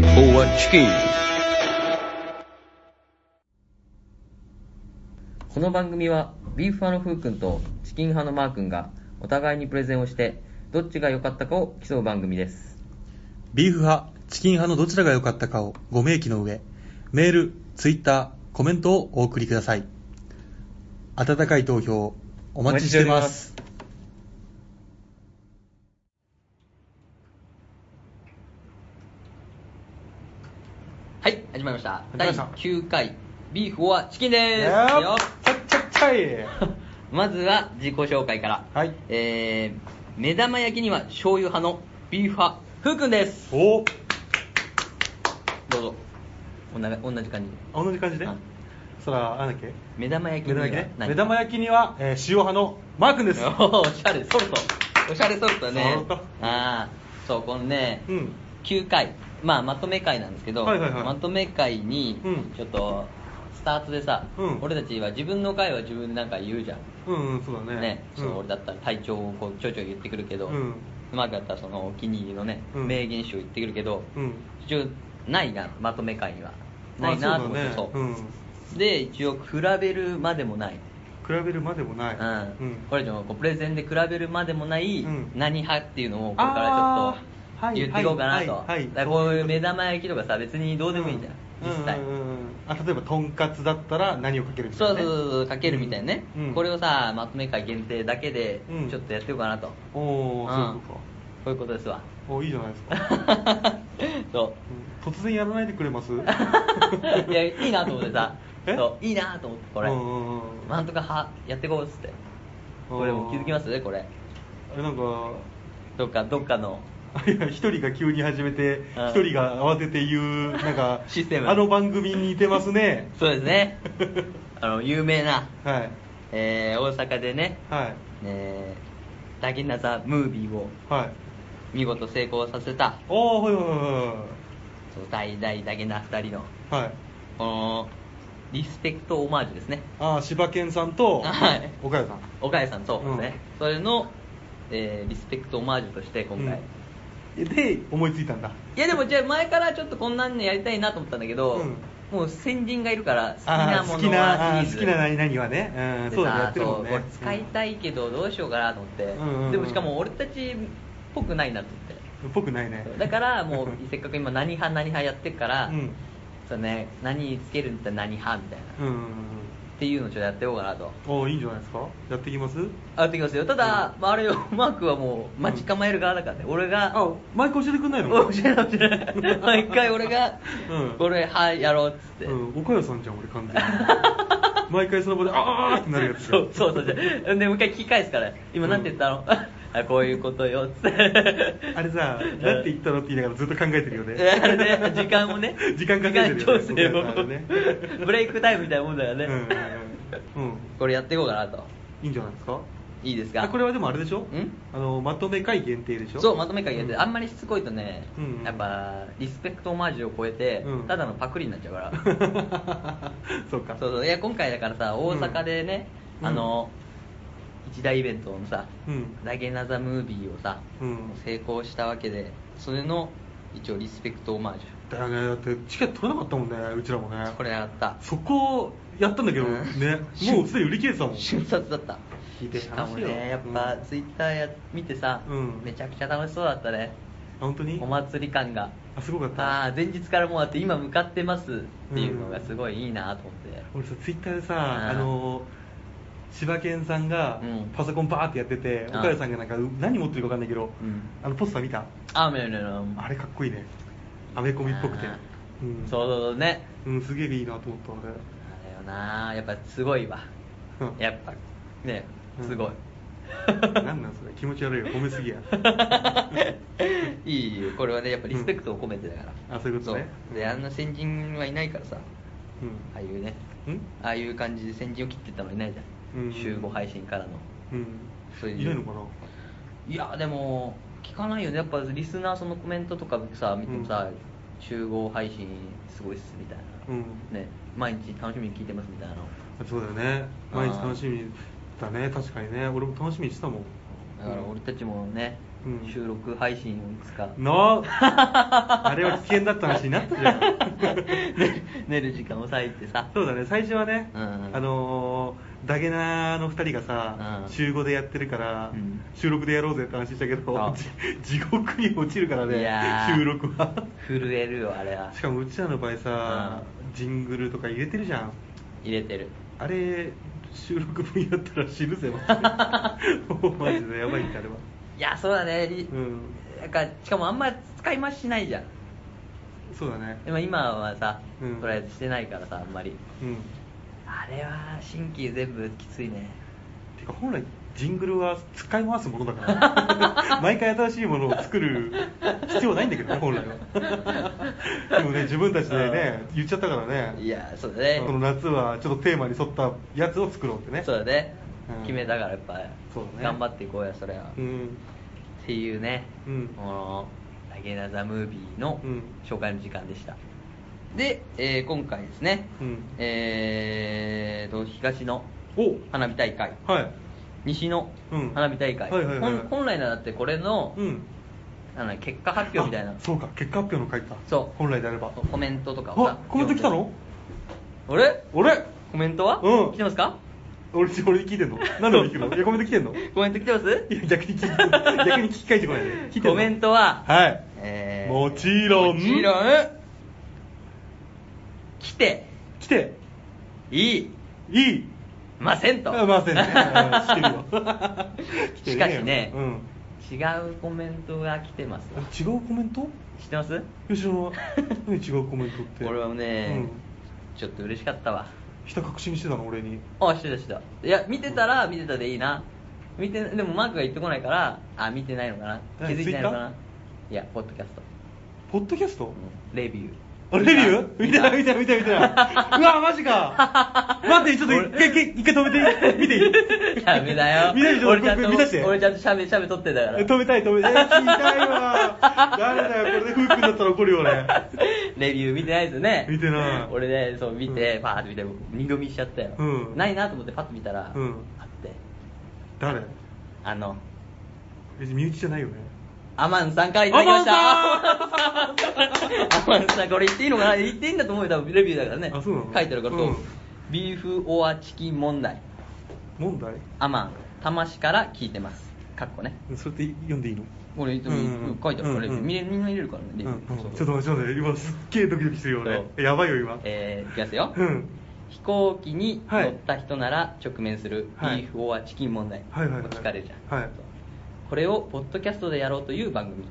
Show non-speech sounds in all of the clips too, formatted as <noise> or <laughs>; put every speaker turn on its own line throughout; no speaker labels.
チキン。
この番組はビーフ派のふうくんとチキン派のマーくんがお互いにプレゼンをしてどっちが良かったかを競う番組です
ビーフ派、チキン派のどちらが良かったかをご明記の上、メール、ツイッター、コメントをお送りください。温かい投票、お待ちしています。
はい始まりました
始まりました
第9回ビーフはチキンです
ね
よっ
ちゃっちゃっちゃい。
<laughs> まずは自己紹介から、
はい
えー、目玉焼きには醤油派のビーフ派ふうくんです
お
どうぞおな同じ感じで
あ同じ感じで
はい。
そら、なんだっけ。
目玉焼き
目
には
玉焼きね。
何
目玉焼きには、えー塩派のマー君です。
おーおしゃれソルトおしゃれソルトね
ソルト
ああそうこのね、
うん
9回、まあ、まとめ会なんですけど、
はいはいはい
まとめ会に
うん
ちょっとスタートでさ、
うん
俺たちは自分の会は自分でなんか言うじゃん
うん、うん、そうだね。
ね、
うん
そう俺だったら体調をこうちょいちょい言ってくるけど、
うん
まくやったらそのお気に入りのね、
うん
名言集を言ってくるけど、
うん
一応ないなまとめ会には
あ
ないなと思って
そうだね
で一応比べるまでもない、
比べるまでもない。
うんこれでもこうプレゼンで比べるまでもない
うん
何派っていうのをこれからちょっと
あーはい
言っていこうかなと
はいはいはい
だからこういう目玉焼きとかさ別にどうでもいいじゃん、実際、
うんうんうんうんあ例えばとんかつだったら何をかけるみた
そ
いうな、ね、
そうそうかけるみたいなね、
うん
これをさまとめ会限定だけで
うん
ちょっとやっていこうかなと、
おおーそういう
うん
ことか
こういうことですわ
おいいじゃないですか
<laughs> そ
うん突然やらないでくれます
うい <laughs> やいいなと思ってさ
え
そういいなと思 <laughs> ってこれ
うんうんうん
なんとかはやっていこうっつってこれもう気づきますねこれ
あれなんか <laughs>
どっかどっかの
いや一人が急に始めて
うん
一人が慌てて言うなんか
システム
あの番組に似てます
<laughs>
ね
そうですねあの有名な、
はい
えー大阪でね、
はい
えー、ダゲナザ・ムービーを
はい
見事成功させた
おおはいは
その大大ダゲナ2
い
人の
はいはいはい
このリスペクトオマージュですね
ああ柴犬さんと
はい
岡谷さん
岡谷さんそうですね、それの、えーリスペクトオマージュとして今回、
うんで思いついたんだ
いやでもじゃあ前からちょっとこんなんのやりたいなと思ったんだけど、もう先人がいるから好きな
あー
も
好き
の
な
は
あー
シリーズ
好きな何々はねうん
で
そうだねや
さ
ってるも
そ
ん
う
ね
これ使いたいけどどうしようかなと思って、
うんうんうん
でもしかも俺たちっぽくないなと思って
うんっぽくないね
そうだからも
<laughs>
うせっかく今何派何派やってるから、
うん
そうね、何つけるんだったら何派みたいな、
うんうん
っていうのをちょっとやっていこうかなと
うんおおいいんじゃないですかやっていきます
あやっていきますよただ、まあ、あれよマークはもう待ち構える側だからね、俺が
あ毎回教えてくんないの
教えない教えない毎回俺が「
うん
これはいやろう」っつって、
うん、岡谷さんじゃん俺
<laughs>
完全に毎回その場でああってなるやつ
そうそうそうそうでもう一回聞き返すから今なんて言ったの、 <laughs> あこういうこと
<laughs>
よっつって
あれさなんて言ったのって言いながらずっと考えてるよね
えあれね時間もね
時間かけてる
時
よ
間
ね
調整
僕らのあれね
をブレイクタイムみたいなもんだよ
うん
ね、
うんうんうん
これやっていこうかなと
いいんじゃないですか
いいですか
あこれはでもあれでしょ
ん
あのまとめ会限定でしょ
そうまとめ会限定、
うん
あんまりしつこいとね、
うんうん
やっぱリスペクトオマージュを超えて、
うん
ただのパクリになっちゃ
<laughs>
うから
そうか
そうそういや今回だからさ大阪でね、
うん
あの一大イベントのさ「
うん
ラゲナザムービー」をさ、
うん
成功したわけでそれの一応リスペクトオマージュ
だよねだってチケット取れなかったもんねうちらもね
これやった
そこやったんだけど
うん
ねもうすでに売り切れてたもん
瞬殺だった
聞いて
しか
話
もね
よ
やっぱ
うん
ツイッターや見てさ、
うん
めちゃくちゃ楽しそうだったね
本当に
お祭り感が
あすごかった
あー前日からもうあって今向かってますっていうのがすごいいいなと思って、
俺さツイッターで
うん
さあの柴犬さんが
うん
パソコンバーってやってて、
うん
岡谷さんがなんかう何持ってるか分かんないけど、
うん
あのポスター見た
あめめめ
あれかっこいいねアメコミっぽくて
あ
う
ー
ん
そうそうそうね
うんすげえいいなと思った俺
あれよなやっぱすごいわ
うん
やっぱね
うん
すごい、
何なんそれ気持ち悪いよ褒めす
<laughs>
ぎや
いいよこれはねやっぱリスペクトを込めてだから、
うんあそういうことね
そうであんな先人はいないからさああ
う
いうね
んうん
ああいう感じで先陣を切ってったのいないじゃん、
うん
週5配信からの
う
そうんいう
いないのかない
やでも聞かないよねやっぱリスナーそのコメントとかさ見てもさ、集合配信すごいっすみたいな、
うん
ね毎日楽しみに聞いてますみたいなの
そうだよね
<laughs>
毎日楽しみだね確かにね俺も楽しみにしてたもん
だから俺たちもね、
うん
収録配信をいつか、
のあれは危険だった話になったじゃ
<laughs>
ん
ね寝る時間を割いてさ
そうだね最初はね、
うん
あのーダゲナの2人がさ、
うん
週5でやってるから、
うん
収録でやろうぜって話したけ
あ
ど <laughs> 地獄に落ちるから
い
ね
やー
収録は
震えるよあれは
しかもうちらの場合さ、ジングルとか入れてるじゃん
入れてる
あれ収録分やったら死
<laughs>
ぬぜ <laughs> マジでもうマジでやばいってあれは、
いやそうだね、り
うん
なんかしかもあんま使い回ししないじゃん
そうだね
でも今はさ、
うん
とりあえずしてないからさあんまり
うん
あれは新規全部きついね
てか本来ジングルは使い回すものだから <laughs> 毎回新しいものを作る必要はないんだけどね本来
<laughs>
はでもね自分たちでね言っちゃったからね
いやそうだね
この夏はちょっとテーマに沿ったやつを作ろうってね
そうだね、
うん
決めたからやっぱ、
そうだね
頑張っていこうやそれは、
う
っ
ん
ていうね、
うん
この「ラゲナザムービー」の
うん
紹介の時間でした、で、えー今回ですね、
うん
えーと東の
お
花火大会
はい
西の
うん
花火大会、
はいはいはいはい
本本来ならだってこれの,、
うん
あの結果発表みたいな
あそうか結果発表の回か
そう
本来であれば
コメントとかを
あ
さ
コメント来たの
あれ
俺
コメントは、
うん
来てますか
俺に俺に聞いてんの何で俺に聞くの
<laughs>
いやコメント来てんのい
コメント来てます
や逆に聞いて逆に聞き返してこないね聞いてんの
コメントは、
はい
えー
もちろん
もちろん来て
来て
いい
いい
ませんと
ませんねうん知ってるよ来て
し
る
かしね、
うん
<laughs> 違うコメントが来てます
あ違うコメント
知ってます
吉野
<laughs>
は何違うコメントって
俺はね、
うん
ちょっと嬉しかったわ
ひた確信してたの俺に
あしてたしてたいや見てたら見てたでいいな見てでもマークが言ってこないからあ見てないのかな気
え
づいてないのかな
Twitter？
いやポッドキャスト
ポッドキャスト
レビュー
あレビュー見てない見てない見てない見て
<laughs>
ないうわマジか待ってちょっと一回一回一回止めて見ていい
ダメだよ
見ないでしょ
俺ちゃん
これ見させて
と俺ちゃんとしゃべしゃべ撮ってんだから
え止めたい止
<laughs>
めたいえ聞きたいわ誰だよこれでフー君だったら怒るよ俺
<laughs> レビュー見てないですよね
見てない
俺ねそう見て、
うん
パーって見て僕二度見しちゃったよ、
うん
ないなと思ってパッと見たら、
うん
あって
誰
あの
別に身内じゃないよね
アマンさんからいただきました
ア
<laughs> アマンさんこれ言っていいのかな言っていいんだと思うよ多分レビューだからね
あそうなの
書いてあるからと、
うん
ビーフオアチキン問題
問題
アマン魂から聞いてますかっこね
それって読んでいいの
これでも
うんうん
書いてあるから、レビ
うん
ュー
うん
みんなみんな入れるからねレ
う
ビュ
ん
ー、
うん
そう
ちょっと待って、ちょっと待って、今すっげえドキドキしてるよ、
そう
俺。やばいよ、今。
えー、いきますよ、
うん。
飛行機に乗った人なら直面するビ
はい
ーフ・オア・チキン問題も
はいはいはいはい
聞かれるじゃん、
はい
これをポッドキャストでやろうという番組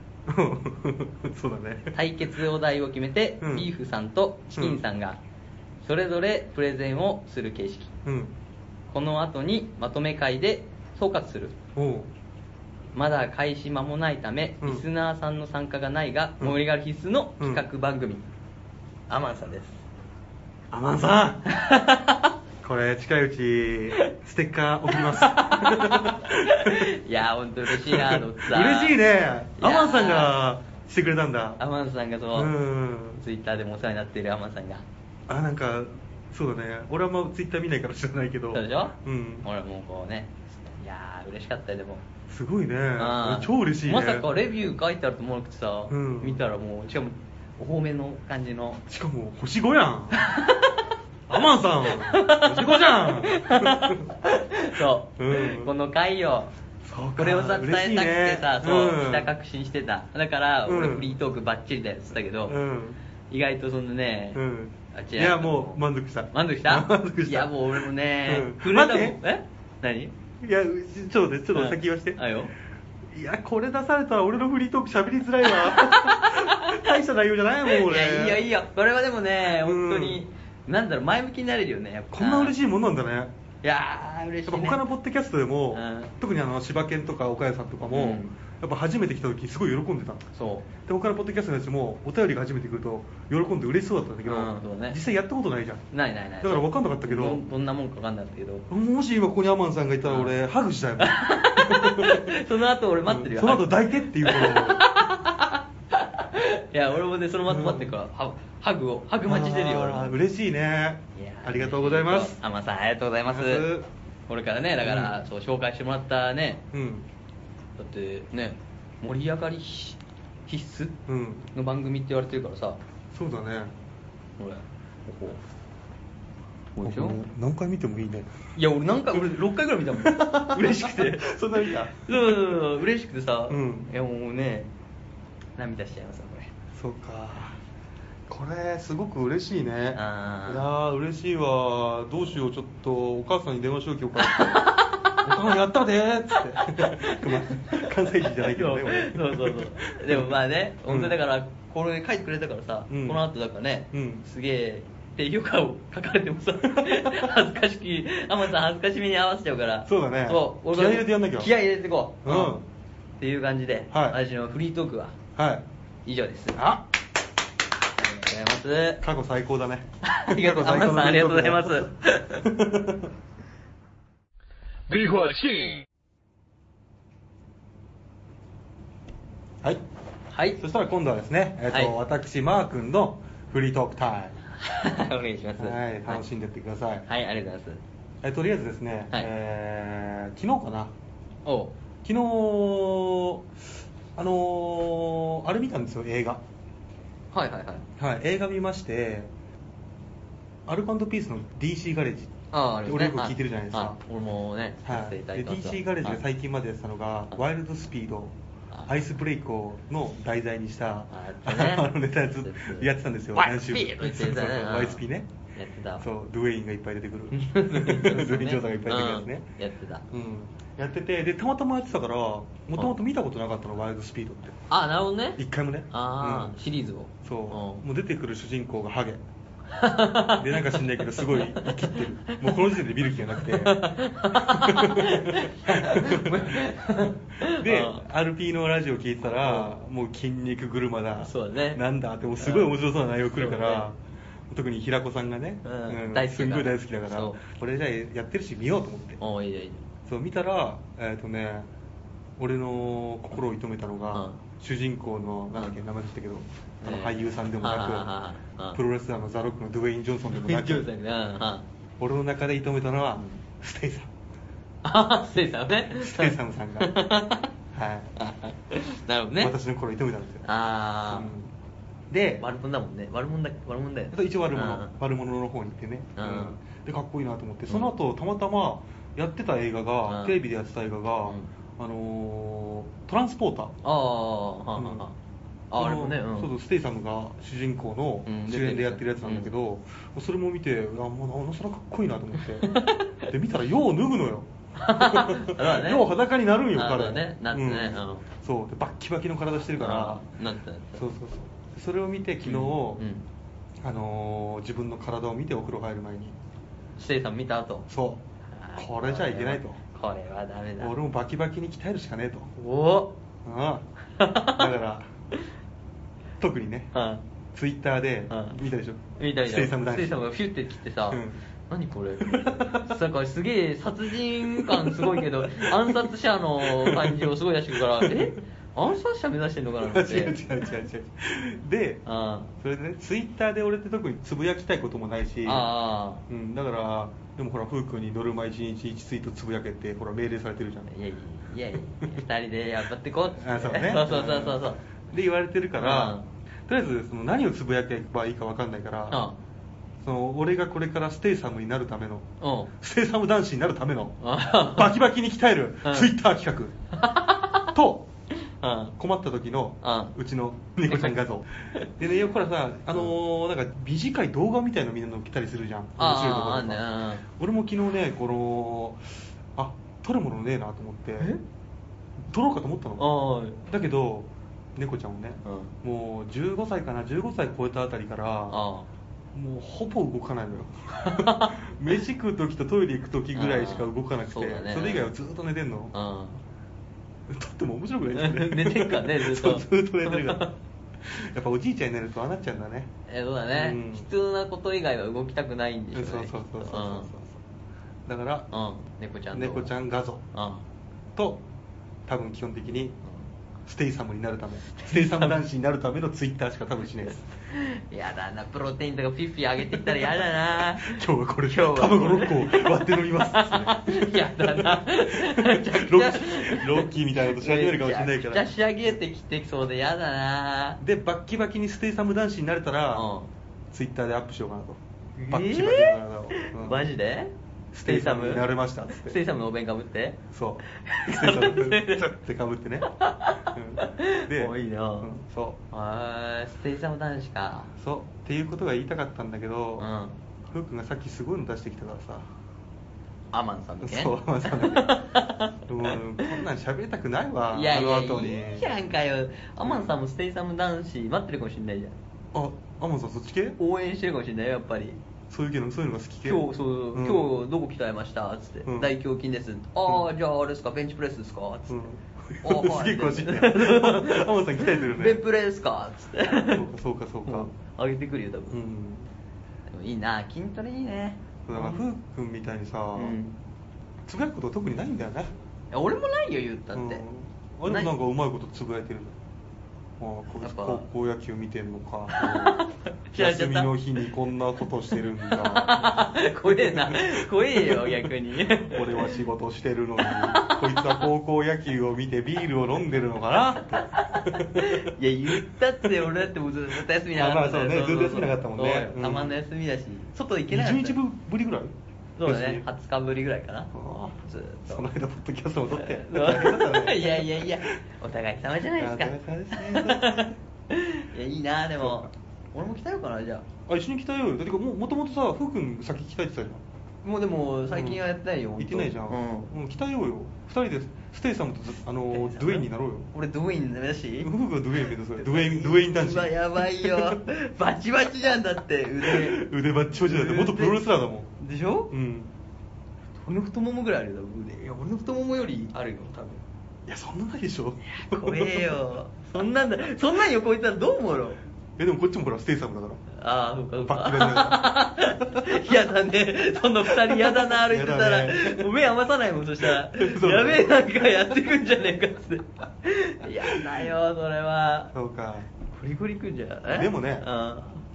<laughs> そうだね。
対決お題を決めて、
うん
ビーフさんとチキンさんがそれぞれプレゼンをする形式
うん。
この後にまとめ会で総括する
おう。
まだ開始間もないため、
うん
リスナーさんの参加がないが、
うん
盛り上がる必須の企画番組、アマンさんです
アマンさん <laughs> これ、近いうち、ステッカー送ります。
いやー本当 <laughs> 嬉しいなと思ってさ
嬉しいね。
いやー
アマンさんがしてくれたんだ。
アマンさんがそ
う
う、
ん。
ツイッターでもお世話になっているアマンさんが
あ、なんか、そうだね。俺はあんまツイッター見ないから知らないけど。
そうでしょ、
うん。
俺もうこうねいやー嬉しかったよでも、
すごいね
うん。
超嬉しいね。
まさかレビュー書いてあると思わなくてさ、
うん
見たらもうしかもお褒めの感
<laughs>
じの
しかも星5やんアマンさん星5じゃ
<laughs>
ん
そう、
うん
この回を
そうか
これをさ伝
嬉し
え
い
たくて
ね
さ、そう
うん
した確信してただから
うん
俺フリートークバッチリだよっつったけど、
うん
意外とそんなね、
うん
あ違う
いやもう満足した
満足し
<laughs>
た
満足した
いやもう俺もね、
うん
震えたもん
待って
え何
いやちょっと待ってちょっと先言わして、
うんあよ
いやこれ出されたら俺のフリートーク喋りづらい
<laughs>
わ大した内容じゃないもん
い
俺
やいいよいいよこれはでもね
うん
本当に、なんだろう前向きになれるよねやっぱ
こんな嬉しい
い
もんなんだね
いやー嬉
や
し
っ
い、
ぱ
ね、
他のポッドキャストでも、
うん
特にあの柴犬とか岡谷さんとかも、
うん
やっぱ初めて来た時すごい喜んでたの
そ
で他のポッドキャストのやつもお便りが初めて来ると喜んで嬉しそうだったんだけど、
うんそうね
実際やったことないじゃん
うないないない
だから分かんなかったけど
どんどんなもんか分かんなかったけど <laughs>
もし今ここにアマンさんがいたら俺、ハグしたいもん
その後俺待ってるよ、
その後抱いてっていうこと
いや俺もねその待って待ってるから、ハハグをハグ待ちしてるよ俺も
あー嬉しいね
いやー
ありがとうございます
あまさんありがとうございます
ありがとうございます
これからねだから、
うん
そう紹介してもらったね
うん
だってね盛り上がり必須
うん
の番組って言われてるからさ
そうだね
ほらここここでしょ
もう何回見てもいいね
いや俺なんか俺6回ぐらい見
<laughs>
たもん嬉しくて
そんな見た
そうそうそうそう嬉しくてさ、
うん
いやもうね涙しちゃいますよこれ
そうかこれすごく嬉しいねいや
あー
ー嬉しいわどうしようちょっとお母さんに電話しよう今日から
<laughs>
お母さんやったでーっつってまあ関西人じゃないけどね俺
そうそうそうそうでもまあね
うん
本当にだからこれ書いてくれたからさ、
うん
この後だからね、
うん
すげえって評価を書かれて
<laughs>
もさ恥ずかしきアマさん恥ずかしみに合わせちゃうから
そうだね
そう
気合い入れてやんなきゃ
気合い入れてこう、
うん
っていう感じで、
はい
私のフリートークは
はい
以上です
あ
ありがとうございます
過去最高だね
ありがとう天野さんありがとうございます
V 火器。
はい
はい
そしたら今度はですね、えっと
はい
私マー君のフリートークタイ
お願いします
ムはい楽しんでってください、
はい、はいありがとうございます
えとりあえずですね、
はい
えー昨日かな
おう
昨日あのーあれ見たんですよ映画
はいはいはい
はい映画見ましてアルコピースの DC ガレージ
ああれ、ね、
俺よく聞いてるじゃないですか、
は俺もね、
は
させて
い、
いただ
で
きますわ
DC ガレージが最近までやってたのが、ワイルドスピード、アイスブレイクをの題材にした、
あや
<laughs> あ
っ
の
てね
ネタやつやってたんですよ、
ワイスピード
何週も
言って
そ
たね
うそうそう
うん
ワイスピね、
やってた <laughs>
そう、ドゥエインがいっぱい出てくる、<laughs>
そ
ド
うですね
ゥエイン・ジョーさんがいっぱい出てくるやつね、
うんやってた
うん、やってて、でたまたまやってたから、もともと見たことなかったの、ワイルドスピードって、
あなるほどね
一回もね、
ああ、
うん
シリーズを
そう、
ん
もう出てくる主人公がハゲ。
<laughs>
でなんか知んないけどすごい生きってるもうこの時点で見る気がな
<laughs>
くてで
あ
RP のラジオ聞いてたらもう筋肉車だ
そうだね
なんだってもうすごい面白そうな内容来るか
そうだ
ら
ね
特に平子さんがね、
うん大好きだ
すんごい大好きだから
そう
これじゃあやってるし見ようと思って
おいいじゃんいいじ
そう見たらえっ、とね俺の心を射止めたのが、
うん
主人公のなんだっけ名前でしたけど、あの
ね
俳優さんでも
はいはいは
ない
はいうん
くプロレスラーのザ・ロックのドゥエイン・ジョンソンでもな
ゃん
く <laughs> 俺の中で射止めたのは、ステイサ
あステイさんね
ムステイサムさん
<laughs>
がは
なるほど
い、
ね
私の心を射止めたんですよ
ああ、
うんで
悪者だもんね悪者だ悪者だよね
一応悪者、
うん
悪者の方に行ってね、
うん
でかっこいいなと思ってその後たまたまやってた映画が、
うん
テレビでやってた映画が、
うん
あのートランスポーター
ああ、はあ
うん
はあ、ああれもね、
の
うん、
そうそうステイサムが主人公の
うん
主演でやってるやつなんだけど、それも見てあもうなおさらかっこいいなと思って
<laughs>
で見たらよう脱ぐのよ
だね
よう裸になるんよ
あ
彼
そうだねなってねうん
そうでバッキバキの体してるから
うんなってなって
そうそうそうそれを見て昨日、
うんうん
あのー自分の体を見てお風呂入る前に
ステイさん見た後
そうこれじゃいけないと
これはダメだ
俺もバキバキに鍛えるしかねえと
おお
ああだ
<laughs>
から特にね、
うん
ツイッターで
うん
見たでしょ、
みたいな
ステイサム男子
ステイサムがフュって切ってさ、
うん
何これ
<laughs>
なんかすげえ殺人感すごい
<laughs>
けど暗殺者の感じをすごい出してくるからえ暗殺者目指してんのかな
違
っ
う
て
<laughs> 違う違う違うで
あ
それでねツイッターで俺って特につぶやきたいこともないし
あ
うん、だからでもほら風君に乗る前一日一ツイートつぶやけってほら命令されてるじゃん
いやいやいや二人で頑張ってこうっつって
あそうね
<laughs> そうそうそうそうそう
で言われてるから、
うん
とりあえずその何をつぶやけばいいかわかんないから、その俺がこれからステイサムになるための
うんうん
ステイサム男子になるための <laughs>
あ
バキバキに鍛える
うん
ツイッター企画と
うん
困った時の
う
うちの猫ちゃん画像
<laughs>
でねよくほらさあのーなんか短い動画みたいのみんなの来たりするじゃん面白い動
あー
画
あ
と
んね
か
うん
俺も昨日ねこのあ撮るものねえなと思って撮ろうかと思ったの
おーい
だけど猫ちゃんをね
う
もう15歳かな15歳超えたあたりから
あ
もうほぼ動かないのよ <laughs> 飯食う時とトイレ行く時ぐらいしか動かなくて
あーそ
そう
だね
れ以外はずっと寝てんの
あ
とっても面白くないですよね
<laughs> 寝てっからねずっと
そうずっと寝てる
<laughs>
からやっぱおじいちゃんになるとああなっちゃうんだね
えそうだね、
うん
必要なこと以外は動きたくないんでしょ
そう
ね
うそうそうそうそうそうだから
うん、うん、猫ちゃんと
猫ちゃん画像
うん
と多分基本的にステイサムになるためステイサム男子になるためのツイッターしか多分しないです
やだなプロテインとかフィッフィ上げていったらやだな
<laughs> 今日はこれ
今日は
卵6個を割って飲みます
<laughs> やだ
ロ
な
ッキーロッキーみたいなこと仕上げるかもしれないから
じゃ仕上げてきてそうでやだな
でバッキバキにステイサム男子になれたら、
うん
ツイッターでアップしようかなと
えー
バッキバキの体を、うん
マジで
ステイサムになれましたっつって
ステイサムのお弁かぶって
そうステイサムちょってかぶってね、うんで
おいいな
うんそう
あーステイサム男子か
そうっていうことが言いたかったんだけど、
うん
ふうくんがさっきすごいの出してきたからさ
アマンさんの件
そうまあさ
<laughs>
もうこんなん喋りたくないわ
いやいや
あの後に
いいじゃんかよアマンさんもステイサム男子待ってるかもしんないじゃん
あアモンさんそっち系
応援してるかもしんないよやっぱり
そういう系のそういうのが好き系
今日そう、
ん
今日どこ鍛えましたつって、
うん
大胸筋ですああじゃああれですかベンチプレスですかつって、
うん
あーは
すげえ詳しいね
<laughs>
アモンさん鍛えてるね
ベンプレですかつって
そうかそうかそうか
ん上げてくるよ多
う
分、
ん
でもいいな筋トレいいね
だからふうくんみたいにさ、
うん
つぶやくこと特にないんだよね
いや俺もないよ言ったって、
うん、あでもなんか
な
う
い
まいことつぶやいてるああこい
やっ
つ
ぱ
高校野球見てんのか
<laughs> やっちゃ
休
っ
み
た
の日にこんなことしてるん
<laughs>
だ
怖えな怖えよ逆に
俺は仕事してるのにこいつは高校野球を見てビールを飲んでるのかなって
いや言ったって俺だってもうずっと休みなかったんだ
あま
よ
あそうねずっと休みなかったもんね
そうよ
うん
たまんの休みだし外行けなかった
20日ぶぶりぐらい
そうだね
別に
20日ぶりぐらいかな
ああ
ずっと
その間ポッドキャストも撮って
<laughs> いやいやいやお互い様じゃないですか
お互い様です <laughs> ね
いやいいなで
そ
も
うか
俺も来たよかなじゃあ
あ一緒に鍛えようよだってかももともとさふうくん先鍛えてたじゃん
もうでも最近はやってないよ、
うん
本
行っ
当
てないじゃん、
うん
うん、鍛えようよ二人でステイさんとずあのドゥエインになろうよ
俺ドゥエインだし
夫婦がドゥエイン目指すドゥエインドゥエイン男子
うわやばいよバチバチじゃんだって腕
腕バッチバチだって元プロレスラーだもん
でしょ、
うん
俺の太ももぐらいあるよ多分腕いや俺の太ももよりあるよ多分
いやそんなないでしょ <laughs>
怖えよそんなんだそんなん横行ったらどう思うの
えでもこっちもほらステイサムだから
ああそうかそう
バッキバキだ
か <laughs> 嫌だねその二人嫌だな歩いてたら、
<laughs> やだね
もう目余さないもんそしたら、
そうだ
や
ね
べえなんかやってくんじゃねえかっつって <laughs> 嫌だよそれは
そうか
ゴリゴリくんじゃない
でもね
うん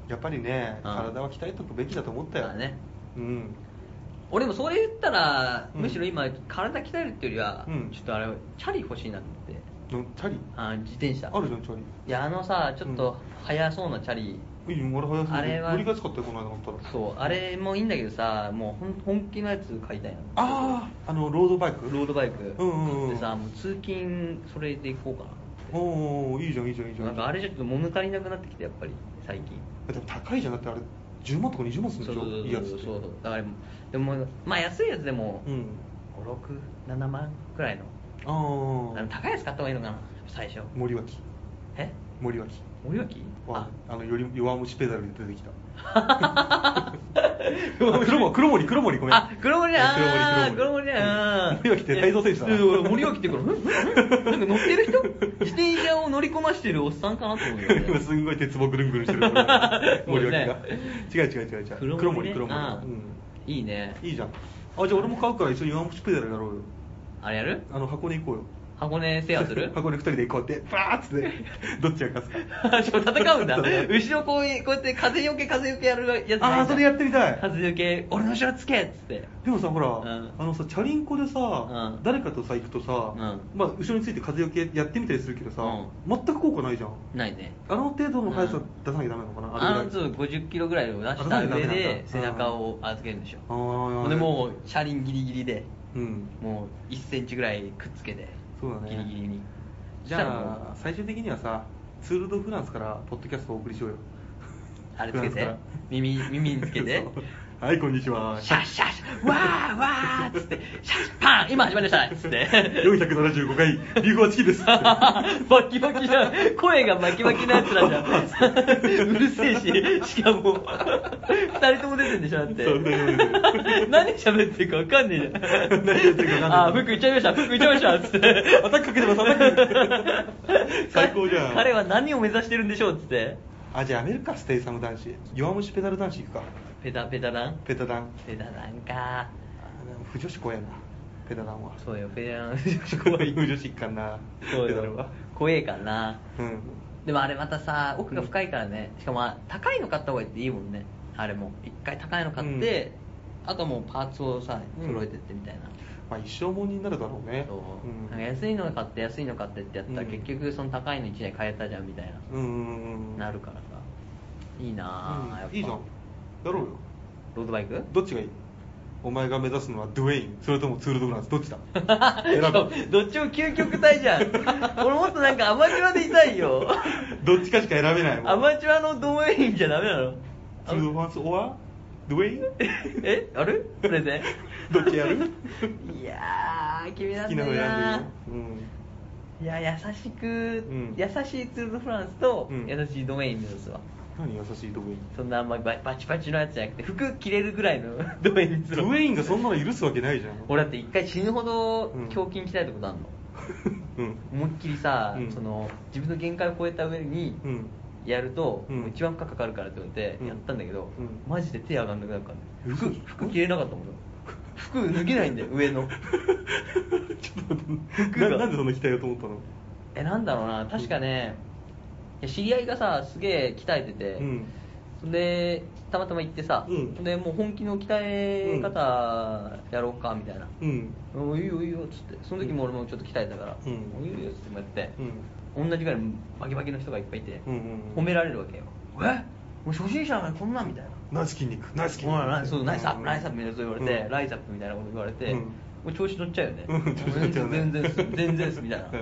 やっぱりね
ん
体は鍛えとくべきだと思ったよ、
まあね
うん
俺もそれ言ったら、
うん
むしろ今体鍛えるっていうよりは、
うん
ちょっとあれチャリ欲しいなって
のチャリ
あ自転車
あるじゃんチャリ
いやあのさちょっと速そうなチャリ、
いいよ俺早すぎ
あれは
乗りが使ったよこの間乗ったら
そうあれもいいんだけどさもうほん本気のやつ買いたいな
あああのロードバイク
ロードバイク
うんうんうん
買ってさもう通勤それで行こうか
おーおーいいじゃんいいじゃんいいじ
な
ゃん
なんかあれちょっと物足りなくなってきてやっぱり最近
でも高いじゃんだってあれ10万とか20万するんでしょいいやつって
そうそうだからでもまあ安いやつでも
うん
567万くらいの
あ
あの
あ
高いやつ買った方がいいのかな最初
森脇
え
森脇
森脇
ああのより弱虫ペダルで出てきた
<laughs>
あ
弱
黒森黒森黒森ごめん
あ黒森ねあー
黒森
黒森ねあー
森脇って体操選手だな
うん俺森脇ってこれうんうんなんか乗って
<laughs>
る人自転車を乗りこなしてるおっさんかなと思うよね
今すんごい鉄棒ぐるんぐるんしてる森脇
<laughs>
が違う違う違う違う <laughs> 黒森
ね
黒森
あーいいね
うんいいじゃんあじゃあ俺も買うから一緒に弱虫ペダルやろうよ
あれやる
あの箱根行こうよ
箱根制覇する
<laughs> 箱根二人で行こうってバーッつ
<laughs>
ってどっちが勝つか
しかも戦
<laughs>
うんだ
戦う
後ろこういうこうやって風よけ風よけやるやつないんだ
ああそれやってみたい
風よけ俺の後ろつけっつって
でもさほら、
うん
あのさチャリンコでさ、
うん
誰かとさ行くとさ、
うん
まあ、後ろについて風よけやってみたりするけどさ、
うん
全く効果ないじゃん
ないね
あの程度の速さ出さなきゃダメなのかな、
あの
れぐ
つ
らい
50キロぐらいを出した上で背中を預けるんでし
あ
ょ
ー
ほんでもう車輪ギリギリで
うん
もう1センチぐらいくっつけて
そうだね
ギリギリに
じ
そしたらも
ゃあ
う
最終的にはさツール・ド・フランスからポッドキャストをお送りしようよ
あれつけ
フランスか
て
ら
耳耳につけて
<laughs> そうはいこんにちは
シャッシャッシャッわーわーっつってシャッシャッパン今始まりましたっつって
475回リーフはチキンです
<laughs> バキバキな声がバキバキなやつらじゃんうるせえ
<laughs>
ししかも2人とも出てんでしょだって
そう二人とも出
<laughs> 何喋ってるか分かんねえじゃ
<laughs>
ん
何やってるか分かんない
あ服いっちゃいました服いっちゃいましたっつって
アタックかけてますアタックかけ
<laughs>
てます最高じゃん
彼は何を目指してるんでしょうっつって
<laughs> あじゃあやめるかステイサム男子弱虫ペダル男子行くか
ペタペタラン
ペタダン
ペタランか
あでも不女子怖えなペダランは
そうよペデラン
怖い無女疾患な
そう
ペダラン
よ
は
怖えからな
うん
でもあれまたさ奥が深いからね、しかもまあ高いの買った方がいいもんねあれも一回高いの買って、あともうパーツをさ
うん
揃えてってみたいな、
まあ一生もんになるだろうね
そう
うん
なんか安いの買って安いの買ってってやったら、
うん
結局その高いの1台買えたじゃんみたいな、
うんうんうん
なるからさいいなあ、やっ
うん
ぱ
いいじゃんやろうよ
ロードバイク
どっちがいいお前が目指すのはドゥエインそれともツール・ド・フランスどっちだ
<laughs>
選ぶ
そうどっちも究極体
<laughs>
じゃん俺もっとなんかアマチュアでいたいよ
どっちかしか選べないもん
アマチュアのドメインじゃダメなの
ツール・ド・フランス or ドゥエイン
えあれプレゼン
どっちやる
<laughs> いやー君な
好き
んだ
なの
よな
選んでいいようん
いや優しく、
うん
優しいツール・ド・フランスと、
うん
優しいドメインですわ
何優しいドウェイン
そんなあんまりババチバチのやつじゃなくて服着れるぐ
<laughs>
らいのドメイン
ドウェインがそんなの許すわけないじゃん
俺だって一回死ぬほど
うん
胸筋鍛えたことあるの、
うん
思いっきりさ、
うん
その自分の限界を超えた上に
うん
やると、
うん
もう一番負荷かかるからって思って
うん
やったんだけど、
うん
マジで手上がんなくなるからね
嘘
服服着れなかったもんね服脱げ
<laughs>
ないんだよ上の
ちょっと待って
服が
ななんでそんな鍛えようと思ったの
えなんだろうな確かね、いや知り合いがさすげえ鍛えてて、
うん
そんでたまたま行ってさ、
うん
でもう本気の鍛え方やろうかみたいな、
うん
おいいよいいよっつってその時も俺もちょっと鍛えたから「
うん
おいいよ」っつってもやって
う、
同じぐらいバキバキの人がいっぱいいて、
うんうんうん
褒められるわけよ「えもう初心者なのにこんなん」みたいな
ナイス筋肉ナイス筋
お前ラ
肉
イそうナイスアッ
う
プ
ん
ナイスアップみたいなこと言われて、
うん
ライズアップみたいなこと言われて、
うん
もう調子乗っちゃうよね、
うん調子乗っちゃうね
全然っす全然っすみたいな
うん
ふ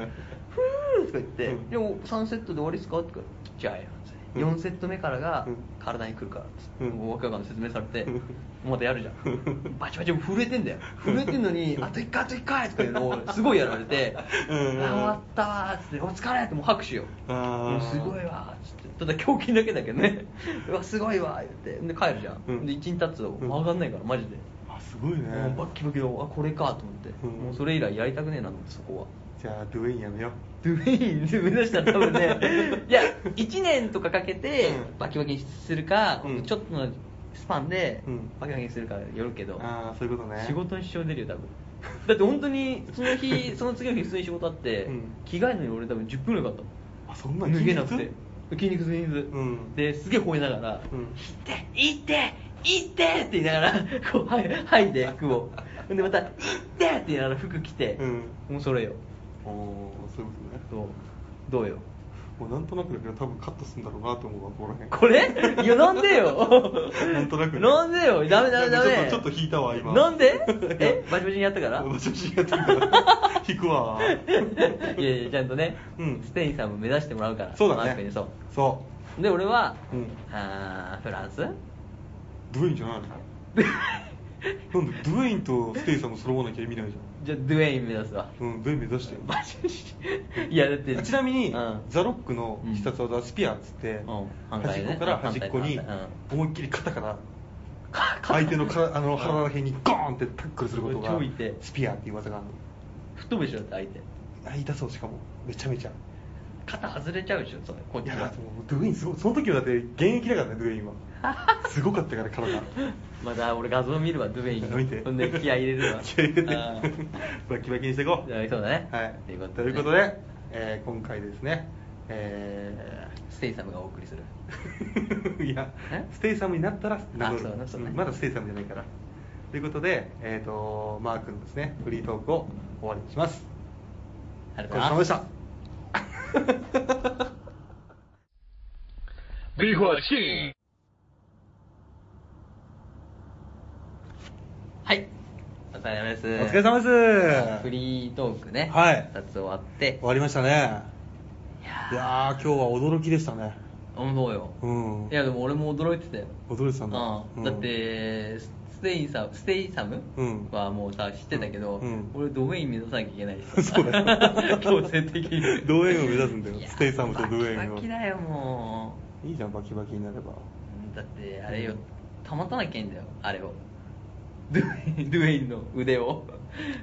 ーとか言って、
うん
でも3セットで終わりっすかって言うからじゃあやるんですね
うん
4セット目からが
うん
体に来るからっつって、
うん
もうわけわかんない説明されて、
うん
まだやるじゃんバチバチ震えてんだよ震えてんのにあと1回あと1回とかいうのをすごいやられて
うん
あ終わったわーっつってお疲れってもう拍手よ
あー
もうすごいわーっつってただ胸筋だけだけどね <laughs> うわすごいわー言ってで帰るじゃん、
うん
で1日経つと
うん
上がんないからマジで、
あすごいね
もうバッキバキのあこれかと思って、
うん
もうそれ以来やりたくねえなと思ってそこは
じゃあドウェインやめよう
ドゥインで目指したら多
<laughs>
分ねいや1年とかかけて
うん
バキバキにするか、
うん
ちょっとのスパンで
うん
バキバキにするかよるけど、
ああそういうことね
仕事に支障出るよ多分だって本当にその日その次の日普通に仕事あって、
うん
着替えるのに俺多分10分ぐらいかかっ
あそ
たも
ん
ん
な
脱
筋
げ
肉
なくて筋肉痛筋肉痛、
うん
ですげえ吠えながら「
うん
痛い痛い痛いって!」って言いながら
<laughs>
こうはいはいで服をほんでまた「痛いって!」って言いながら服着て、
う
もうそれよ
おおーそういうことね
どうどうよ
もうなんとなくだけど多分カットするんだろうなと思うわここら辺
これいやなんでよ
<laughs> なんとなくね
なんでよダメダメダメ
ちょっとちょっと引いたわ今
な
<laughs>
んでえバチバチにやったから
もう写真やってる <laughs> から引くわ
<laughs> いやいやちゃんとね、
うん
スペインさんも目指してもらうから
そうだ
マーク
ね
にそ
そう
で俺は、
うん
あーフ
<laughs>
ランス
うドゥエインじゃないのなんでドゥエインとステイさんも揃わなきゃ意味ないじ
じゃあドゥエイン目指すわ
ゃんうんドゥエイン目指してよ
マジいやだって
ちなみに、
うん
ザ・ロックの必殺技、スピアっつって、
ん反
端
対
っ
ね
こから端っこに
反対反
思いっきり肩から相手のからあの腹らへんにゴーンってタックルすることが
超痛い
スピアっていう技があるの
太ぶでしょだって相手
あ痛そうしかもめちゃめちゃ
肩外れちゃうでしょそれこっ
い
ち
や
が
だってもうドゥエインすごいその時はだって現役だからねドゥエ
<laughs>
インはすごかったから体
まだ俺画像見るわドゥエインの
見て
ほんで気合い入れるわ
<laughs> 気合い入れて
あー
<laughs> バキバキにしていこう
じゃあそうだね
はい
ということで
ということでえー今回ですねえー
ステイサムがお送りす
<laughs>
る
いや
え、
ステイサムになったら名乗る
そうだねそうだね
んまだステイサムじゃないから。ということで、えー、とマー君のですね、フリートークを終わりにします。
ありが
ご
とう
ち
ご
そう
ざい
さ
ま
まですした。
比火庆，
はいお疲れ様です
お疲れ様です。
フ
終
リートークね、
はい
2つ終わって、
わりましたね。
いや
いやー、今日は驚きでしたね。
ー、思うよ、
うん
い。や、でも俺も驚いてたよ、
驚いてたんだ。
う、
うんん
だっ、て、スステイサムステイサム
うん
はもうさ、知ってたけど、
うん
俺、ドウェイン目指さなきゃいけないし、
<laughs> そうだよ
強制的に、
ドウェインを目指すんだよ
いや
ステイサムとドウェインを
バキバキだよ、も
いいじゃん、バキバキになれば。
う、だって、あれよ、保たなきゃいけんだよ、あれを、ドウェインドウェインの腕を。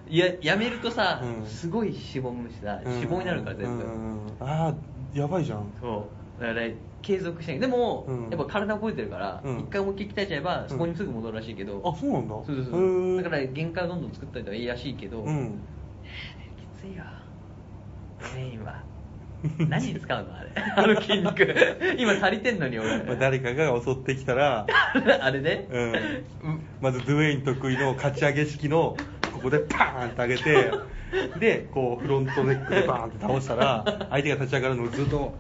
いややめるとさ、
うん
すごいしぼむしさ、脂肪になるから全部、
うんうんうんあー、やばいじゃん。
そうだから継続してでも、
うん
やっぱ体覚えてるから
うん
一、回もう一回鍛えちゃえばそこにすぐ戻るらしいけど、
あそうなんだ
そうそうそ
へ
う
ー
だから限界をどんどん作ったりとかいいらしいけど、
うん
きついよメイ
<laughs>
ンは何に使うのあれあの筋肉
<laughs>
今足りてんのに俺、
まあ、誰かが襲ってきたら、
<laughs> あれね、
うん、まずドゥエイン得意のかち上げ式のここでパーンって上げてでこうフロントネックでバーンって倒したら相手が立ち上がるのをずっとこ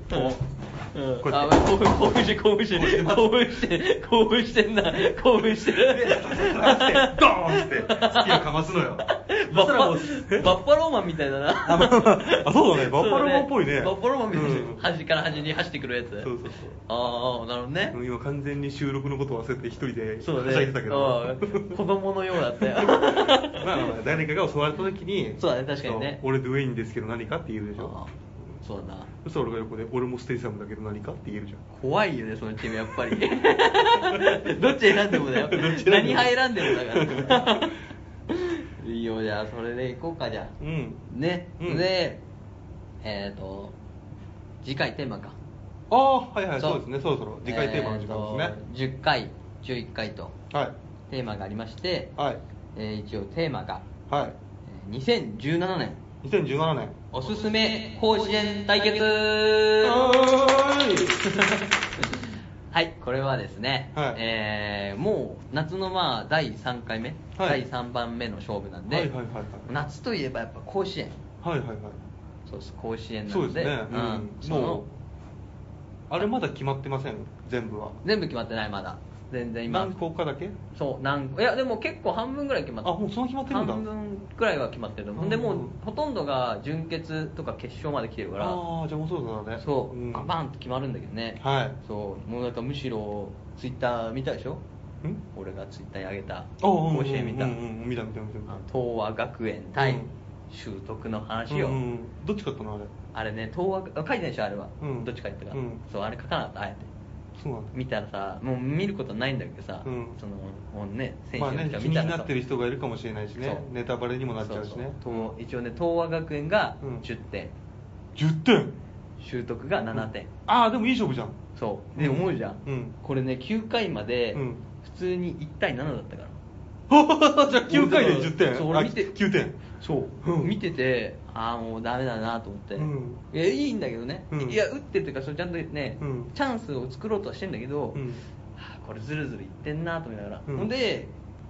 う,、
うん、
こうや
あ
って
興奮興奮して興奮して興奮して興奮してんな興奮してる
<laughs> ドーンって突きをかますのよ
バ
そ
ッ
した
ファ
らもう
バッファローマンみたいだな
あ,、まあまあ、あそうだねバッファローマンっぽいね
そうだバッファローマンみたいな、
うん
端から端に走ってくるやつ
そうそうそう
ああなるほどね、
今完全に収録のこと忘れて一人で
そう
は
だ
しゃいで
ね
たけ
あ
ど
ー子供のようだったよ
<laughs> まあまあ誰かが襲われた時に
そうだね確かにね
そう俺ドゥエインですけど何かって言うでし
あ
ょ
ーそうだな
そしたら俺が横で俺もステイサムだけど何かって言えるじゃん
怖いよねそのチームやっ
<laughs>
ぱりどっち選んでもだよ
どっち選んでも
何派選んでもだからいいよじゃあそれでいこうかじゃあ
うん
ね、
うん
でえっ、と次回テーマか
ああはいはいそうですねそろそろ次回テーマの時間ですね、
すね、10回11回と
はい
テーマがありまして、
はい
えー一応テーマが、
は
えー2017年
い2017年
おすすめ甲子園対決
はーい
<laughs> はい、これはですね、
はい
えーもう夏のまあ第3回目、
はい
第3番目の勝負なんで、
はいはいはいはい
夏といえばやっぱ甲子園、
はいはいはい
そうです甲子園な
そ
の
うで
で、
すね
うん
うん
その
もうあれまだ決まってません全部は
全部決まってないまだ、全然今
何校かだけ
そう何個いやでも結構半分ぐらい決まって
あもうその決まってるんだ
半分ぐらいは決まってると思うでもうほとんどが準決とか決勝まで来てるから
ああじゃあもうそうだね
そう、
ん
ババンと決まるんだけどね、
はい
そうもうなんかむしろツイッター見たでしょ
ん
俺がツイッターに上げた
あうんうん
甲子園見た、
うんうんうん見た見た見た見た
あの東和学園対
うん
習得の話を、
うんうんどっち勝ったのあれ
あれね東和あ書いてないでしょあれは、
うん
どっちか言ったか、
うん
そうあれ書かなかったあえて
そうなんだ
見たらさもう見ることないんだけどさ、
うん
そのもうね選手
まあ
の
ね
人が
気
見
に
たらさ、
なってる人がいるかもしれないしね
そう
ネタバレにもなっちゃうしね
そうそう東一応ね東和学園が
うん
10点、
10点
習得が7点、
ああでもいい勝負じゃん <laughs>
そうで
うん
思うじゃん、
うん
これね9回まで
うん
普通に1対7だったから、
じゃあ9回で
俺
10点
そう俺見て
9点
そう、
うん
見ててああもうダメだなと思って、
うん
いやいいんだけどね、
うん
いや打ってるというかそうちゃんとね、
うん
チャンスを作ろうとはしてんだけど、
うん
はあこれずるずるいってんなと思いながら、
うん
ほんで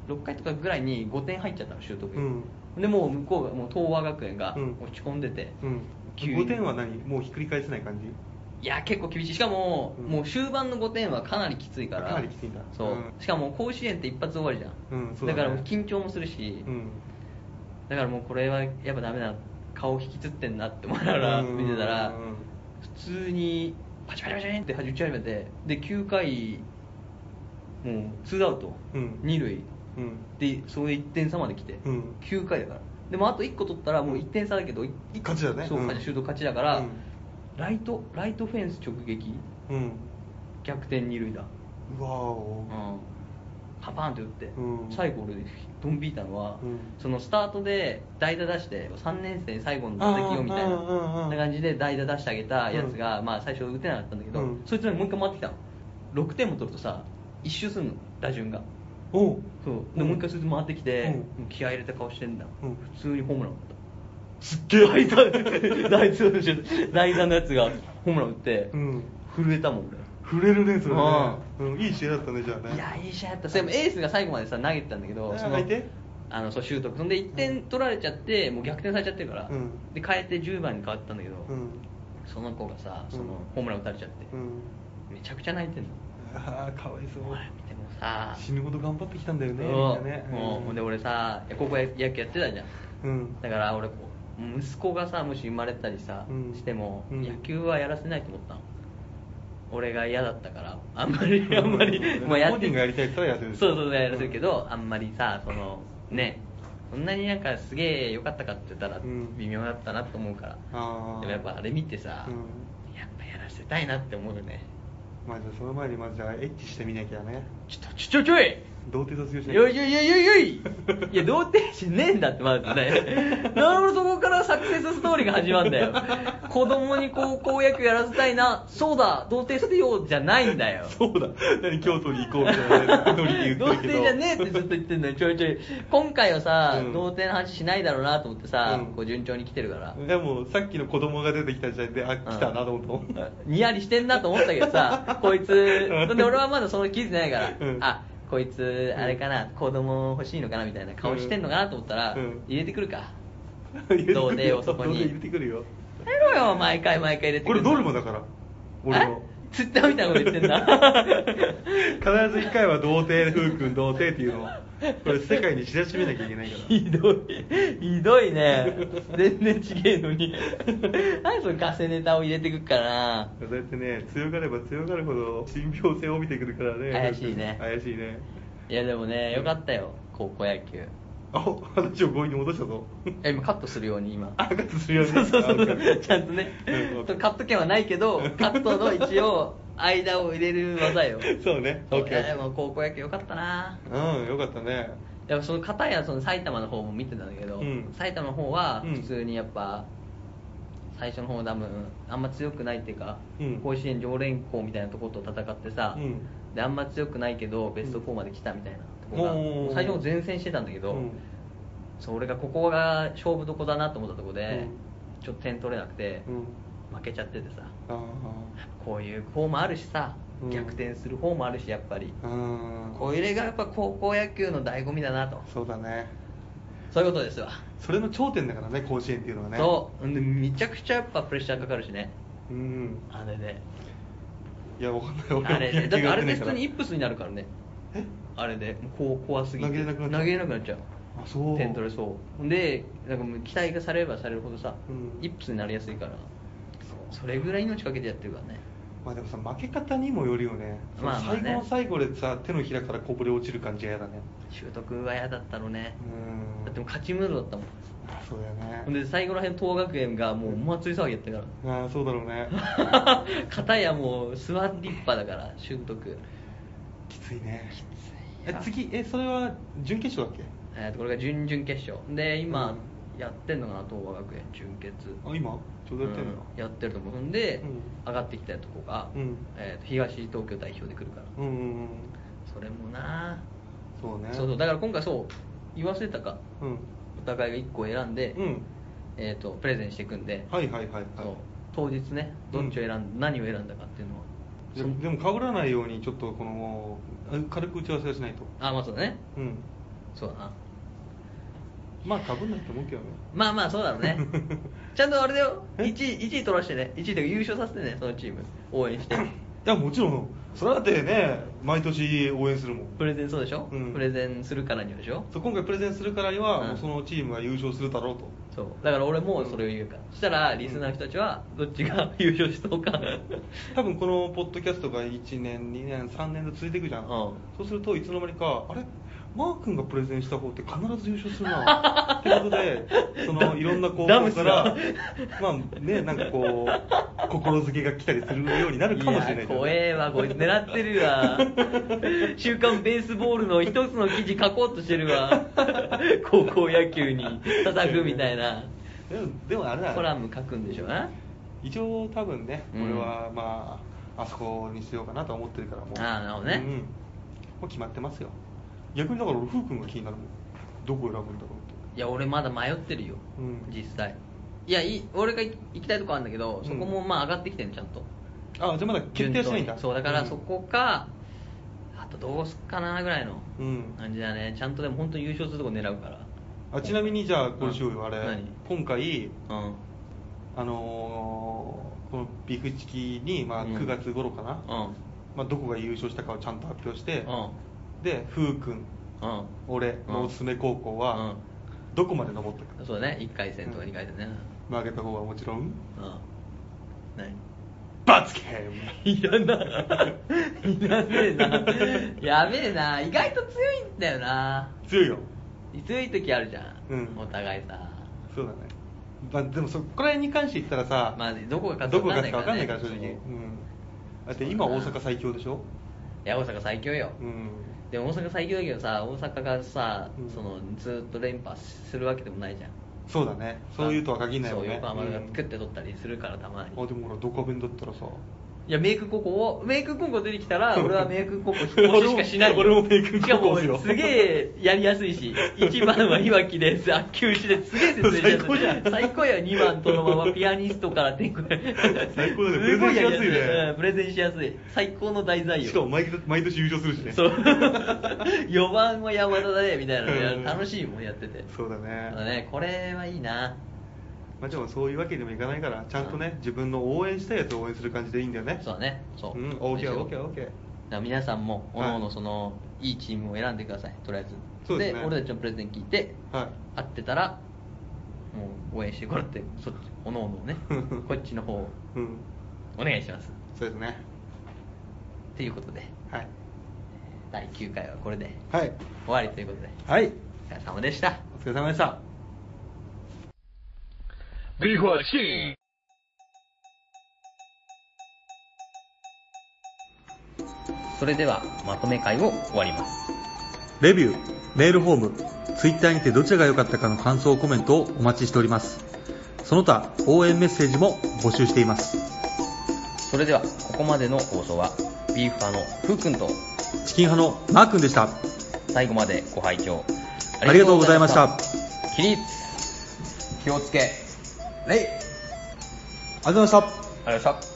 6回とかぐらいに5点入っちゃったの習得に、
うん
でもう向こうがもう東和学園が
うん
落ち込んでて、
うん
急に
5点は何もうひっくり返せない感じ
いや結構厳しいしかも、
うん
もう終盤の5点はかなりきついから
かなりきついんだ
そう、
うん
しかも甲子園って一発終わりじゃん、
うんそう
だ
だね
からもう緊張もするし、
うん
だからもうこれはやっぱダメだ顔引きつってんなって思いながら
うん
見てたら
うん
普通にパチパチパチパチって打ち始めてで9回もうツーアウト、
うん
二塁
うん
でそれで1点差まで来て、
うん
九9回だからでもあと1個取ったらもう1点差だけど、いい
勝ちだね
そう
うん
勝ちシュート勝ちだから、
うん
ライトライトフェンス直撃
うん
逆転二塁打
うわ
う
お
ん、パパーンって打って、
うん
最後俺ドン引いたのは、
うん
そのスタートで代打出して3年生最後の打席をみたいな
あーうんうんうん
そんな感じで代打出してあげたやつが、まあ、最初打てなかったんだけど、
うん
そいつらにもう一回回ってきたの6点も取るとさ一周するの打順が
おう
そうでもう一回そいつ回ってきて、
うん
もう気合い入れた顔してんだ、
うん
普通にホームラン打った
すっげえ
代 <laughs> 打代打代打のやつがホームラン打って、
うん
震えたもん俺
触れるねそれね
あ
うんいい試合だったねじゃあね
いやいい試合やったそれもエースが最後までさ投げてたんだけど
あー
その
相手
あのそうシュートそんで1点取られちゃってもう逆転されちゃってるから、
うん
で変えて10番に変わったんだけど、
うん
その子がさその
うん
ホームラン打たれちゃって、
うん
めちゃくちゃ泣いてんの
ああかわいそう
俺見てもさ
死ぬほど頑張ってきたんだよねみん
そ
な
う
ね
もうほんで俺さ高校野球やってたじゃん、
うん
だから俺こう息子がさもし生まれたりさ、
うん
しても、
うん
野球はやらせないと思ったの俺が嫌だったからあんまりあんまり、
うん
まあ
本人がやりたいったらやってる
そうそうそうやらせるけど、あんまりさそのねそんなになんかすげえ良かったかって言ったら
うん
微妙だったなと思うから、
あー
でもやっぱあれ見てさ、
うん
やっぱやらせたいなって思うよね
まあじゃあその前にまずじゃあエッチしてみなきゃね
ちょっとちょちょちょい
<laughs> 童貞卒業しなきゃ
よいよいよいよいよいいや、童貞じゃねえんだって、まず
<laughs>
ね。なるほど、そこからサクセスストーリーが始まるんだよ。子供に高校野球やらせたいな、そうだ、童貞させようじゃないんだよ。
<laughs> そうだ何京都に行こうみたいなねノリで
<laughs> 童
言ってるけ
貞
ど
じゃねえってずっと言ってんのに、ちょいちょい。今回はさ、
うん
童貞の話しないだろうなと思ってさ、
うん
こう順調に来てるから。
でもさっきの子供が出てきた時点であ来たなと思ったもん
にやりしてんなと思ったけど
<laughs>
さ、こいつ、
うん
ほんで俺はまだその気づいてないから、
うん
あこいつ、あれかな、子供欲しいのかなみたいな顔してんのかなと思ったら、
うん
入れてくるか。
入れてくるよ
童貞をそこに
童貞入れてくるよ
やめろよ、毎回毎回入れてく
これ
る。
ノルマだから俺の
ツッターみたいなこと言ってんだ。
<laughs> 必ず一回は童貞ふうくん童貞っていうのをこれ世界に知らしめなきゃいけない
<laughs>
から
ひどい。ひどいね。全然ちげえのに。何そのガセネタを入れてくっからな。
そうやってね強がれば強がるほど信憑性を帯びてくるからね
怪しいね
怪しいね
いやでもね、よかったよ、高校野球。
あ話を強引に戻した
<laughs>
ぞ
え今カットするように今。
あカットするよね
そうそうそう
あわかる
ちゃんとね
うんわかる
カット権はないけどカットの
<laughs>
一応間を入れる技よ
そうね
そう
OK
いやでも高校野球よかったな
うんよかったね
でもその片やその埼玉の方も見てたんだけど、
うん
埼玉の方は
うん
普通にやっぱ、最初の方多分あんま強くないっていうか、
うん
甲子園常連校みたいなとこと戦ってさ、
うん
であんま強くないけどベスト4まで来たみたいなとこが、
うん
もう最初も前線してたんだけど、
うん
そう俺がここが勝負どこだなと思ったとこで、
う
ちょっと点取れなくて、負けちゃっててさ
ああ
こういう方もあるしさ、
うん
逆転する方もあるしやっぱり、
うん
これがやっぱ高校野球の醍醐味だなと
そうだね
そういうことですわ、
それの頂点だからね甲子園っていうのはね
そうでめちゃくちゃやっぱプレッシャーかかるしね
ううん
あれで
いやわかんない
あ
<laughs>
れでだってあれで
で
普通にイップスになるからねあれでこう怖すぎて
投げれなくなっちゃう
投げれなくなっちゃう
あそう
点取れそうでなんかもう期待がされればされるほどさ、
うん
イップスになりやすいからそれぐらい命かけてやってるからね
まあでもさ負け方にもよるよね
まあまあね
最後の最後でさ手のひらからこぼれ落ちる感じが嫌だね
修斗君は嫌だったろうね
うん
だってもう勝ちムードだったもん
あそうだよね
ほんで最後らへん東学園がもうお祭り騒ぎやった
<laughs>
か
ああそうだろうね
ら片やもう諏訪立派だから習得
きついねきつい
い
え
や
次えそれは準決勝だっけ
えーとこれが準々決勝で今
う
やってんのかな東和学園準決
あ今ちょうどやってんのよ
うんやってると思うんで、
う
上がってきたとこが、
うん
えーと東東京代表で来るから、
うんうんうん
それもな
そうね
そうそうだから今回そう言わせたか
うん
お互いが1個選んで、
うん
えー、とプレゼンしていくんで、
はいはいはいはい
そう当日ねどっちを選ん、何を選んだかっていうのは
でもでもかぶらないようにちょっとこのあ軽く打ち合わせはしないと
あまあそうだね
うん
そうだな
まあかぶんないと思うけどね
まあまあそうだろ
<laughs>
うねちゃんとあれだよ
え
1位1位取らしてね1位というか優勝させてねそのチーム応援し
<laughs>
て
いやもちろんそれだってね毎年応援するもん
プレゼンそうでしょ、
うん
プレゼンするからにはでしょ
そう今回プレゼンするからには、
うん
もうそのチームが優勝するだろうと
そうだから俺もそれを言うから、そしたらリスナーの人たちはどっちが <laughs> 優勝しそうか
多分このポッドキャストが1年2年3年と続いていくじゃん、
うん
そうするといつの間にかあれマー君がプレゼンした方って必ず優勝するなってことでそのいろんな高
ダム
校
ス
か
が
らまあねなんかこう心づけが来たりするようになるかもしれない
や
じゃん
怖えわこいつ狙って
<laughs>
るわ週刊ベースボールの一つの記事書こうとしてる
<laughs>
わ高校野球に叩くみたいな
でもでもあれだ
コラム書くんでしょうな
一応多分ね
うん
俺はまああそこにしようかなとは思ってるからもう
あーなるほどね
うんうんもう決まってますよ逆にだから俺ふう君が気になるもんどこを選ぶんだろうって
いや俺まだ迷ってるよ、
うん
実際いやい俺が行きたいとこあるんだけどそこも
うん
まあ上がってきてんのちゃんと
あじゃあまだ決定はしないん
順当
だ
にそうだからそこか、あとどうすっかなぐらいの
うん
感じだねちゃんとでも本当に優勝するとこ狙うから
あちなみにじゃあこれしようよあれ
何
今回
うん
あのーこのビフチキに、まあ、
うん
9月頃かな、
うん
まあ、どこが優勝したかをちゃんと発表して、
う
でふう君
うん
俺
うん
のおすすめ高校は、
うん
どこまで登ったか
そうだね1回戦とか2回戦ね
負けた方はもちろん
うん、何 <laughs>
罰ゲーム
いらないいらねえなやべえな意外と強いんだよな
強いよ
強い時あるじゃん、
うん
お互いさ
そうだね、まあ、でもそこら辺に関して言ったらさ、
まあどこが勝つか
どこが勝つか分かんないから
分
正
かんないか
直、
らね
うん、だって今大阪最強でしょ
いや大阪最強よ、
うん
ででも大阪最強だけどさ大阪がさ、
うん
そのずっと連覇するわけでもないじゃん
そうだねそういうとは限らないもんね
そう横浜が
うん
クッて取ったりするからたまに、
あでもほらドカベンだったらさ
いやメイク高校をメイク高校出てきたら俺はメイク高校引っ越ししかしない
<laughs>
よ
俺も俺もメイク高校ですよ
しかもすげえやりやすいし1番は岩木ですあ休止ですげえ説明してる
最高じゃん
最高や2番とのままピアニストから転校
最高だね
すごいやり
プレゼンしやすいね
うんプレゼンしやすい最高の題材よ
しかも毎年毎年優勝するしね
そう <laughs> 4番は山田だねみたいなの
うん
ね楽しいもんやってて
そうだね
だねこれはいいな
まあでもそういうわけにもいかないからちゃんとね自分の応援したいやつを応援する感じでいいんだよね
そうだねそう、
うん OKOKOK
だから皆さんもおのおのその、い、いチームを選んでくださいとりあえず
そうですね
俺たちのプレゼン聞いて、
はい
合ってたらもう応援してこらってそっちおのおの
<laughs>
ねこっちの方を
うん
お願いします
そうですね
ということで
はい
第9回はこれで
はい
終わりということで
はい
お疲れ様でした
お疲れ様でした
比火庆。
それではまとめ会を終わります
レビュー、メールフォーム、ツイッターにてどちらが良かったかの感想コメントをお待ちしております。その他、応援メッセージも募集しています。
それではここまでの放送はビーフ派のふうくんと
チキン派のマー君でした。
最後までご拝聴
ありがとうございました。
起立気をつけ礼ありが
啊
ありがとうございました。
とうございました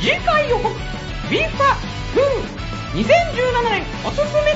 次回予告ビーファフー2017年おすすめ